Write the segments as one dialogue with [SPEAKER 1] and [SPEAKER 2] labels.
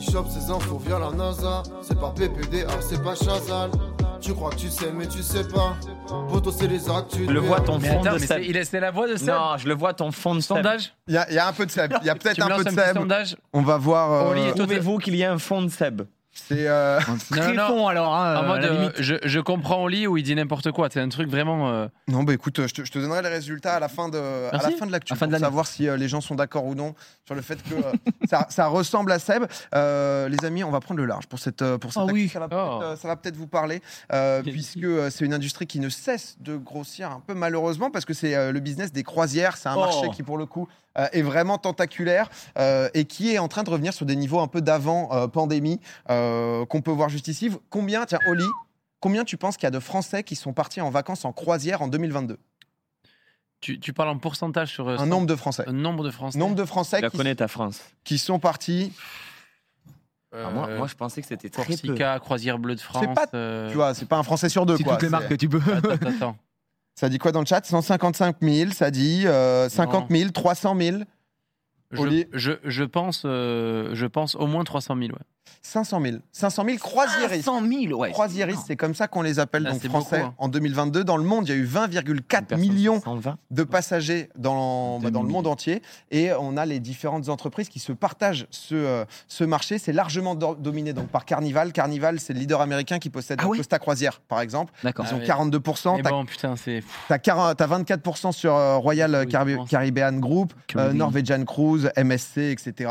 [SPEAKER 1] chope ses infos via la NASA. C'est pas PPDA, c'est pas Chazal. Tu crois que tu sais, mais tu sais pas. Poto, c'est les actus.
[SPEAKER 2] Le vois ton
[SPEAKER 3] Mais
[SPEAKER 2] fond
[SPEAKER 3] attends,
[SPEAKER 2] de
[SPEAKER 3] mais
[SPEAKER 2] Seb.
[SPEAKER 3] c'est- il est- c'est la voix de Seb
[SPEAKER 2] Non, je le vois ton fond de Seb.
[SPEAKER 3] Sondage
[SPEAKER 4] Il y, a- il y a un peu de Seb. Il y a peut-être
[SPEAKER 3] Tu me
[SPEAKER 4] un peu
[SPEAKER 3] lances
[SPEAKER 4] de
[SPEAKER 3] un petit
[SPEAKER 4] Seb.
[SPEAKER 3] sondage
[SPEAKER 4] On va voir.
[SPEAKER 3] Oli
[SPEAKER 4] euh,
[SPEAKER 3] et toi-
[SPEAKER 2] Trouvez-vous qu'il y a un fond de Seb
[SPEAKER 4] c'est euh,
[SPEAKER 3] Non,
[SPEAKER 5] Très
[SPEAKER 3] non.
[SPEAKER 5] bon, alors,
[SPEAKER 3] En
[SPEAKER 5] hein, euh, à
[SPEAKER 3] mode,
[SPEAKER 5] la
[SPEAKER 3] euh,
[SPEAKER 5] limite.
[SPEAKER 3] je, je comprends Oli où il dit n'importe quoi. C'est un truc vraiment. euh,
[SPEAKER 4] Non, bah écoute, je te, je te donnerai les résultats à la fin de, à la
[SPEAKER 5] Merci.
[SPEAKER 4] fin de l'actu
[SPEAKER 5] À la fin de
[SPEAKER 4] pour
[SPEAKER 5] l'année.
[SPEAKER 4] savoir si euh, les gens sont d'accord ou non sur le fait que euh, ça, ça ressemble à Seb. Euh, les amis, on va prendre le large pour cette, euh, pour cette
[SPEAKER 5] Ah
[SPEAKER 4] actu.
[SPEAKER 5] oui.
[SPEAKER 4] Ça va
[SPEAKER 3] Oh.
[SPEAKER 4] peut-être euh, ça va peut-être vous parler, euh,
[SPEAKER 3] Quel
[SPEAKER 4] puisque euh, c'est une industrie qui ne cesse de grossir un peu malheureusement, parce que c'est euh, le business des croisières. C'est un
[SPEAKER 5] Oh.
[SPEAKER 4] marché qui, pour le coup, euh, est vraiment tentaculaire euh, et qui est en train de revenir sur des niveaux un peu d'avant euh, pandémie euh, qu'on peut voir juste ici. Combien, tiens, Oli Combien tu penses qu'il y a de Français qui sont partis en vacances en croisière en 2022
[SPEAKER 3] tu, tu parles en pourcentage sur. euh,
[SPEAKER 4] un nombre de Français.
[SPEAKER 3] un nombre de Français.
[SPEAKER 4] Nombre de Français
[SPEAKER 2] Tu la
[SPEAKER 4] qui,
[SPEAKER 2] connais ta France.
[SPEAKER 4] qui sont partis.
[SPEAKER 3] Euh,
[SPEAKER 2] Ah, moi, moi, je pensais que c'était très peu.
[SPEAKER 3] Corsica, Croisière Bleue de France.
[SPEAKER 4] pas-
[SPEAKER 3] euh,
[SPEAKER 4] Tu vois, c'est pas un Français sur deux.
[SPEAKER 5] C'est
[SPEAKER 4] quoi.
[SPEAKER 5] toutes les
[SPEAKER 4] C'est-
[SPEAKER 5] marques que tu peux.
[SPEAKER 3] Attends, attends, attends.
[SPEAKER 4] Ça dit quoi dans le chat 155 000, ça dit euh, 50 000, 300 000,
[SPEAKER 3] Je,
[SPEAKER 4] Oli.
[SPEAKER 3] je, je pense, euh, je pense au moins 300 000. Ouais.
[SPEAKER 4] 500 000. 500 000 croisiéristes.
[SPEAKER 2] 100 000, ouais.
[SPEAKER 4] Croisiéristes, c'est comme ça qu'on les appelle
[SPEAKER 3] Ah,
[SPEAKER 4] donc
[SPEAKER 3] c'est
[SPEAKER 4] français.
[SPEAKER 3] beaucoup, hein.
[SPEAKER 4] En 2022, dans le monde, il y a eu 20,4 millions
[SPEAKER 2] 120.
[SPEAKER 4] de passagers dans, bah, dans le monde entier et on a les différentes entreprises qui se partagent ce, euh, ce marché. C'est largement do- dominé donc par Carnival. Carnival, c'est le leader américain qui possède
[SPEAKER 2] Ah ouais
[SPEAKER 4] Costa Croisière, par exemple.
[SPEAKER 2] D'accord.
[SPEAKER 4] Ils ont
[SPEAKER 3] Ah ouais.
[SPEAKER 4] 42%.
[SPEAKER 3] Mais
[SPEAKER 4] T'as
[SPEAKER 3] bon, putain, c'est.
[SPEAKER 4] T'as 40 t'as 24% sur euh,
[SPEAKER 3] Oui,
[SPEAKER 4] Royal
[SPEAKER 3] je
[SPEAKER 4] Carib-
[SPEAKER 3] pense.
[SPEAKER 4] Caribbean Group, euh, Norwegian Cruise, MSC, etc.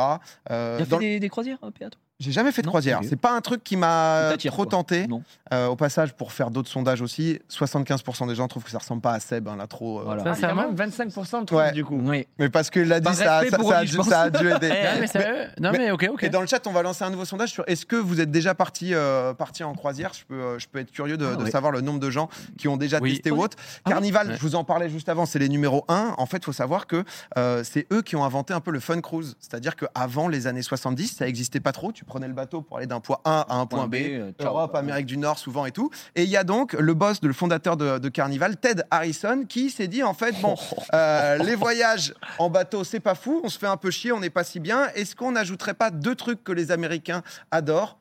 [SPEAKER 4] Euh, dans-
[SPEAKER 5] des, croisières, Péa, toi
[SPEAKER 4] J'ai jamais fait de
[SPEAKER 5] Non,
[SPEAKER 4] croisière.
[SPEAKER 5] ok.
[SPEAKER 4] C'est pas un truc qui
[SPEAKER 5] Qui
[SPEAKER 4] m'a
[SPEAKER 5] t'attire,
[SPEAKER 4] trop
[SPEAKER 5] quoi.
[SPEAKER 4] tenté.
[SPEAKER 5] Non.
[SPEAKER 4] Euh, au passage, pour faire d'autres sondages aussi, 75% des gens trouvent que ça ressemble pas à Seb, hein, là trop. euh,
[SPEAKER 5] Voilà.
[SPEAKER 3] Ça, c'est
[SPEAKER 2] Sincèrement,
[SPEAKER 3] vraiment-
[SPEAKER 2] 25% de
[SPEAKER 4] Ouais.
[SPEAKER 2] du coup.
[SPEAKER 5] Oui.
[SPEAKER 4] Mais parce qu'il l'a dit,
[SPEAKER 5] Par
[SPEAKER 4] ça,
[SPEAKER 5] respect
[SPEAKER 4] ça-
[SPEAKER 5] pour
[SPEAKER 4] ça a
[SPEAKER 5] lui,
[SPEAKER 4] dû,
[SPEAKER 5] je pense. Ah
[SPEAKER 4] ça a dû aider.
[SPEAKER 3] Eh, mais sérieux Non, mais, ok, ok.
[SPEAKER 4] Et dans le chat, on va lancer un nouveau sondage sur est-ce que vous êtes déjà parti, euh, parti en croisière je peux, euh, je peux être curieux de,
[SPEAKER 2] Ah,
[SPEAKER 4] de
[SPEAKER 2] oui.
[SPEAKER 4] savoir le nombre de gens qui ont déjà
[SPEAKER 3] Oui.
[SPEAKER 4] testé
[SPEAKER 2] Ah
[SPEAKER 4] ou
[SPEAKER 2] oui.
[SPEAKER 4] autre.
[SPEAKER 2] oui.
[SPEAKER 4] Carnival,
[SPEAKER 2] Ouais.
[SPEAKER 4] je vous en parlais juste avant, c'est les numéros 1. En fait, il faut savoir que euh, c'est eux qui ont inventé un peu le fun cruise. C'est-à-dire qu'avant les années 70, ça n'existait pas trop. Tu prenais le bateau pour aller d'un point A à un point, B.
[SPEAKER 2] euh, ciao.
[SPEAKER 4] Europe, Amérique du Nord, souvent et tout. Et il y a donc le boss, de- le fondateur de, de Carnival, Ted Harrison, qui s'est dit en fait,
[SPEAKER 2] Oh,
[SPEAKER 4] bon, euh, les voyages en bateau, c'est pas fou, on se fait un peu chier, on n'est pas si bien. Est-ce qu'on n'ajouterait pas deux trucs que les Américains adorent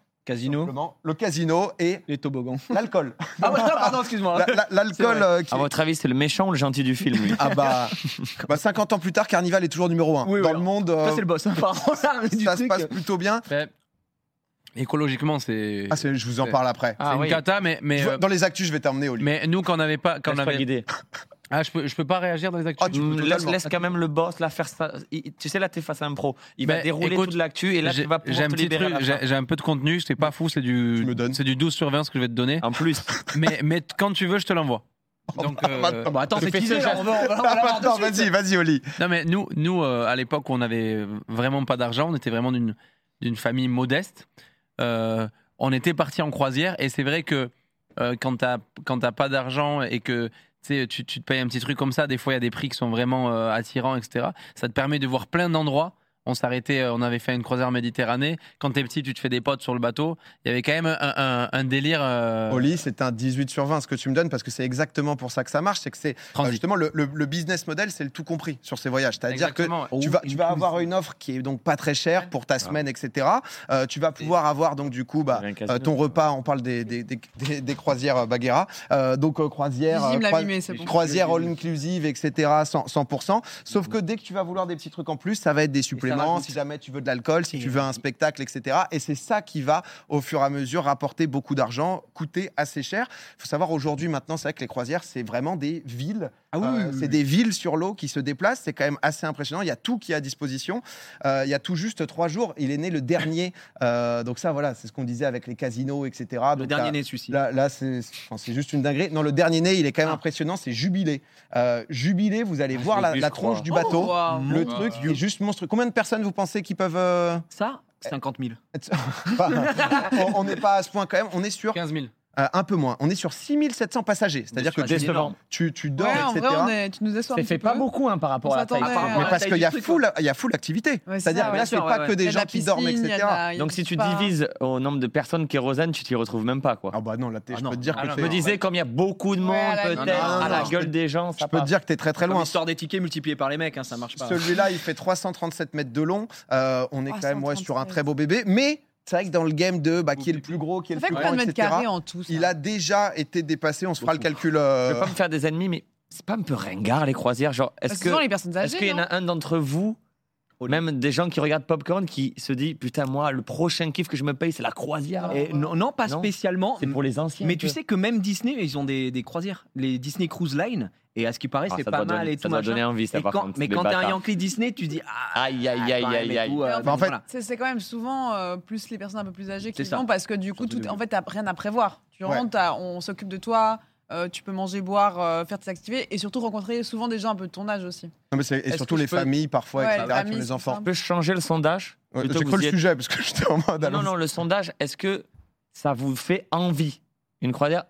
[SPEAKER 5] Casino.
[SPEAKER 4] Simplement, Le casino et
[SPEAKER 5] Les toboggans.
[SPEAKER 4] l'alcool.
[SPEAKER 5] Ah ouais, non, pardon, excuse-moi.
[SPEAKER 4] La- la- L'alcool euh, qui.
[SPEAKER 2] À votre avis, c'est le méchant ou le gentil du film lui
[SPEAKER 4] Ah bah, bah, 50 ans plus tard, Carnival est toujours numéro 1.
[SPEAKER 5] Oui,
[SPEAKER 4] Dans
[SPEAKER 5] oui.
[SPEAKER 4] le monde, euh,
[SPEAKER 5] Toi, c'est le boss. hein, Par contre, là, du
[SPEAKER 4] ça se
[SPEAKER 5] truc,
[SPEAKER 4] passe
[SPEAKER 5] euh,
[SPEAKER 4] plutôt bien.
[SPEAKER 3] Ben, écologiquement, c'est.
[SPEAKER 4] Ah, c'est- je vous en parle après.
[SPEAKER 3] c'est
[SPEAKER 2] Ah
[SPEAKER 3] une
[SPEAKER 2] oui.
[SPEAKER 3] cata, mais, mais,
[SPEAKER 4] Je-
[SPEAKER 3] euh,
[SPEAKER 4] Dans les actus, je vais t'emmener au lit.
[SPEAKER 3] mais nous, quand on n'avait pas. Quand on
[SPEAKER 2] Laisse pas
[SPEAKER 3] avait...
[SPEAKER 2] guider.
[SPEAKER 3] Ah, je peux, je peux pas réagir dans les actus.
[SPEAKER 5] Oh,
[SPEAKER 4] Ah, tu peux
[SPEAKER 2] Mm, Laisse,
[SPEAKER 4] totalement.
[SPEAKER 2] laisse quand même le boss là faire ça. Il- tu sais là t'es face à un pro. Il va
[SPEAKER 3] Mais
[SPEAKER 2] dérouler
[SPEAKER 3] écoute,
[SPEAKER 2] toute l'actu et là
[SPEAKER 3] J'ai
[SPEAKER 2] tu vas
[SPEAKER 3] j'ai un
[SPEAKER 2] pouvoir te
[SPEAKER 3] petit
[SPEAKER 2] libérer. à
[SPEAKER 3] truc,
[SPEAKER 2] la fin.
[SPEAKER 3] j'ai j'ai un peu de contenu, c'est pas fou, c'est
[SPEAKER 4] Tu
[SPEAKER 3] du,
[SPEAKER 4] me donnes.
[SPEAKER 3] c'est du 12 sur 20 ce que je vais te donner.
[SPEAKER 5] Ah.
[SPEAKER 2] En plus,
[SPEAKER 3] mais, mais t- quand tu veux, je te l'envoie. Donc, euh,
[SPEAKER 5] Ah bah attends,
[SPEAKER 3] je
[SPEAKER 5] c'est
[SPEAKER 3] fais
[SPEAKER 5] qui
[SPEAKER 3] ce
[SPEAKER 5] là
[SPEAKER 3] geste.
[SPEAKER 5] On va- on va- on va
[SPEAKER 4] Ah,
[SPEAKER 5] l'avoir de
[SPEAKER 4] attends,
[SPEAKER 5] suite.
[SPEAKER 4] vas-y, vas-y, Oli.
[SPEAKER 3] Non, mais nous, nous euh, à l'époque, on avait vraiment pas d'argent. On était vraiment d'une d'une famille modeste. Euh, on était parti en croisière. Et c'est vrai que euh, quand t'as quand t'as pas d'argent et que tu, sais, tu tu te payes un petit truc comme ça, des fois, il y a des prix qui sont vraiment euh, attirants, etc. Ça te permet de voir plein d'endroits. On s'arrêtait, euh, on avait fait une croisière en Méditerranée. Quand t'es petit, tu te fais des potes sur le bateau. Il y avait quand même un, un- un délire euh,
[SPEAKER 4] Oli, c'est un 18 sur 20 ce que tu me donnes parce que c'est exactement pour ça que ça marche. C'est que c'est euh,
[SPEAKER 3] transit.
[SPEAKER 4] justement le, le- le business model, c'est le tout compris sur ces voyages. C'est-à-dire que
[SPEAKER 3] Exactement, ouais.
[SPEAKER 4] tu vas, tu vas avoir une offre qui est donc pas très chère pour ta semaine, etc. Euh, tu vas pouvoir avoir donc du coup bah,
[SPEAKER 2] Il y a un
[SPEAKER 4] euh,
[SPEAKER 2] casino.
[SPEAKER 4] ton repas. On parle des, des, des- des- des croisières euh, Baguera. Euh, donc euh, croisière,
[SPEAKER 6] Visible
[SPEAKER 4] euh, croi-
[SPEAKER 6] abîmé, c'est bon.
[SPEAKER 4] croisière all inclusive, etc. 100, 100%. Sauf que dès que tu vas vouloir des petits trucs en plus, ça va être des suppléments.
[SPEAKER 5] rajoute.
[SPEAKER 4] Si jamais tu veux de l'alcool, si tu veux un spectacle, etc. Et c'est ça qui va au fur et à mesure rapporter beaucoup d'argent, coûter assez cher. Il faut savoir aujourd'hui maintenant, c'est vrai que les croisières, c'est vraiment des villes.
[SPEAKER 5] Ah oui, oui,
[SPEAKER 4] Euh,
[SPEAKER 5] oui,
[SPEAKER 4] c'est
[SPEAKER 5] oui.
[SPEAKER 4] des villes sur l'eau qui se déplacent. C'est quand même assez impressionnant. Il y a tout qui est à disposition. Euh, il y a tout juste trois jours. Il est né le dernier. Euh, donc ça, voilà, c'est ce qu'on disait avec les casinos, etc.
[SPEAKER 5] Le
[SPEAKER 4] Donc,
[SPEAKER 5] dernier
[SPEAKER 4] t'as-
[SPEAKER 5] né, celui-ci.
[SPEAKER 4] Là, là, c'est enfin, c'est juste une dinguerie. Non, le dernier né, il est quand même
[SPEAKER 5] Ah.
[SPEAKER 4] impressionnant, c'est Jubilé. Euh, Jubilé, vous allez voir
[SPEAKER 2] l'ai
[SPEAKER 4] la,
[SPEAKER 2] vu,
[SPEAKER 4] la
[SPEAKER 2] je
[SPEAKER 4] tronche
[SPEAKER 2] crois.
[SPEAKER 4] du bateau.
[SPEAKER 6] Oh, wow.
[SPEAKER 4] le truc est juste monstrueux. Combien de personnes vous pensez qui peuvent... euh,
[SPEAKER 5] Ça, 50 000.
[SPEAKER 4] Enfin, on- on n'est pas à ce point quand même, on est sur
[SPEAKER 3] 15 000.
[SPEAKER 4] euh, un peu moins. On est sur 6700 passagers. C'est-à-dire que
[SPEAKER 5] Ah, c'est énorme.
[SPEAKER 4] tu, tu dors,
[SPEAKER 6] Ouais, en
[SPEAKER 4] etc.
[SPEAKER 6] vrai, on est- tu nous as
[SPEAKER 3] Ça fait pas
[SPEAKER 5] beaucoup hein, par
[SPEAKER 6] On s'attendait à-
[SPEAKER 4] Mais
[SPEAKER 6] Ah, Ouais,
[SPEAKER 4] parce
[SPEAKER 5] taille
[SPEAKER 4] qu'il
[SPEAKER 5] du
[SPEAKER 4] y a
[SPEAKER 5] truc,
[SPEAKER 4] full, il y a full activité.
[SPEAKER 6] Ouais, c'est
[SPEAKER 4] C'est-à-dire
[SPEAKER 6] ça,
[SPEAKER 4] que là,
[SPEAKER 6] bien
[SPEAKER 4] c'est
[SPEAKER 6] sûr,
[SPEAKER 4] pas
[SPEAKER 6] ouais, ouais.
[SPEAKER 4] que des
[SPEAKER 6] Il y a de
[SPEAKER 4] gens
[SPEAKER 6] la
[SPEAKER 4] qui dorment,
[SPEAKER 6] piscine, il y a
[SPEAKER 4] etc.
[SPEAKER 6] de la- il y a
[SPEAKER 2] Donc
[SPEAKER 6] du
[SPEAKER 2] si tu
[SPEAKER 6] spa.
[SPEAKER 2] divises au nombre de personnes qui rosannent, tu t'y retrouves même pas quoi.
[SPEAKER 4] Ah bah non, là, t'es-
[SPEAKER 5] Ah
[SPEAKER 4] je
[SPEAKER 5] non.
[SPEAKER 4] peux te dire
[SPEAKER 3] Ah
[SPEAKER 4] que
[SPEAKER 3] non,
[SPEAKER 4] t'es-
[SPEAKER 2] Je me disais comme il y a beaucoup de
[SPEAKER 6] Ouais,
[SPEAKER 2] monde
[SPEAKER 6] à la-
[SPEAKER 2] peut-être
[SPEAKER 4] Non, non,
[SPEAKER 2] à
[SPEAKER 4] non,
[SPEAKER 2] la
[SPEAKER 4] je
[SPEAKER 2] gueule des gens.
[SPEAKER 4] je
[SPEAKER 2] Ça
[SPEAKER 4] peux te
[SPEAKER 2] passe.
[SPEAKER 4] dire que t'es très
[SPEAKER 2] Ah,
[SPEAKER 4] très
[SPEAKER 5] Comme
[SPEAKER 4] loin.
[SPEAKER 5] L'histoire des tickets multipliés par les mecs, hein, ça marche pas.
[SPEAKER 4] Celui-là, il fait 337 mètres de long. Euh, on est quand même ouais, sur un
[SPEAKER 6] 337.
[SPEAKER 4] très beau bébé. Mais c'est vrai que dans le game de bah, qui est le plus gros, qui est
[SPEAKER 6] Ça
[SPEAKER 4] le
[SPEAKER 6] fait
[SPEAKER 4] plus
[SPEAKER 6] combien
[SPEAKER 4] grand,
[SPEAKER 6] de mètres
[SPEAKER 4] etc.,
[SPEAKER 6] carrés en tout ça
[SPEAKER 4] il a déjà été dépassé. On se fera le calcul. euh,
[SPEAKER 2] Je veux pas me faire des ennemis, mais c'est pas un peu ringard les croisières Genre,
[SPEAKER 6] Parce
[SPEAKER 2] est-ce
[SPEAKER 6] que
[SPEAKER 2] que
[SPEAKER 6] souvent les personnes
[SPEAKER 2] est-ce
[SPEAKER 6] âgées.
[SPEAKER 2] qu'il y en
[SPEAKER 6] non
[SPEAKER 2] a un d'entre vous, même des gens qui regardent Popcorn, qui se dit putain moi le prochain kiff que je me paye c'est la croisière là.
[SPEAKER 5] Et non, non, pas
[SPEAKER 2] Non.
[SPEAKER 5] spécialement.
[SPEAKER 2] C'est pour les anciens.
[SPEAKER 5] Ah. Mais
[SPEAKER 2] un
[SPEAKER 5] tu
[SPEAKER 2] peu.
[SPEAKER 5] sais que même Disney, ils ont des, des croisières. Les Disney Cruise Line, et à ce qui paraît,
[SPEAKER 2] Ah,
[SPEAKER 5] c'est
[SPEAKER 2] ça
[SPEAKER 5] pas
[SPEAKER 2] doit
[SPEAKER 5] mal
[SPEAKER 2] donner-
[SPEAKER 5] et tout
[SPEAKER 2] ça doit
[SPEAKER 5] machin.
[SPEAKER 2] donner envie ça
[SPEAKER 5] Et
[SPEAKER 2] par
[SPEAKER 5] quand-
[SPEAKER 2] contre.
[SPEAKER 5] mais
[SPEAKER 2] les
[SPEAKER 5] quand t'es un
[SPEAKER 2] bâtards.
[SPEAKER 5] Yankee Disney, tu dis ah,
[SPEAKER 2] Aïe aïe aïe
[SPEAKER 5] quand même
[SPEAKER 2] aïe
[SPEAKER 5] et
[SPEAKER 2] aïe.
[SPEAKER 5] tout, euh,
[SPEAKER 6] Mais en
[SPEAKER 4] fait-
[SPEAKER 5] voilà.
[SPEAKER 6] C'est c'est quand même souvent euh, plus les personnes un peu plus âgées qui
[SPEAKER 5] C'est ça.
[SPEAKER 6] vont parce que du coup,
[SPEAKER 5] Surtout
[SPEAKER 6] tout,
[SPEAKER 5] les
[SPEAKER 6] en fait, t'as rien à prévoir. Tu
[SPEAKER 4] Ouais.
[SPEAKER 6] rentres, t'as- on s'occupe de toi. euh, tu peux manger, boire, euh, faire tes activités et surtout rencontrer souvent des gens un peu de ton âge aussi.
[SPEAKER 4] non, mais c'est- et
[SPEAKER 5] Est-ce
[SPEAKER 4] surtout
[SPEAKER 5] que je
[SPEAKER 4] les
[SPEAKER 5] peux-
[SPEAKER 4] familles parfois,
[SPEAKER 6] Ouais,
[SPEAKER 4] etc.,
[SPEAKER 6] les
[SPEAKER 4] qui ont
[SPEAKER 6] familles,
[SPEAKER 4] les
[SPEAKER 6] c'est
[SPEAKER 4] enfants.
[SPEAKER 6] ça.
[SPEAKER 2] On peut changer le sondage.
[SPEAKER 4] Ouais,
[SPEAKER 2] plutôt
[SPEAKER 4] J'ai
[SPEAKER 2] que
[SPEAKER 4] cru
[SPEAKER 2] vous y
[SPEAKER 4] le
[SPEAKER 2] êtes-
[SPEAKER 4] sujet parce que j'étais en mode.
[SPEAKER 2] Non, non, le sondage, est-ce que ça vous fait envie Une croisière,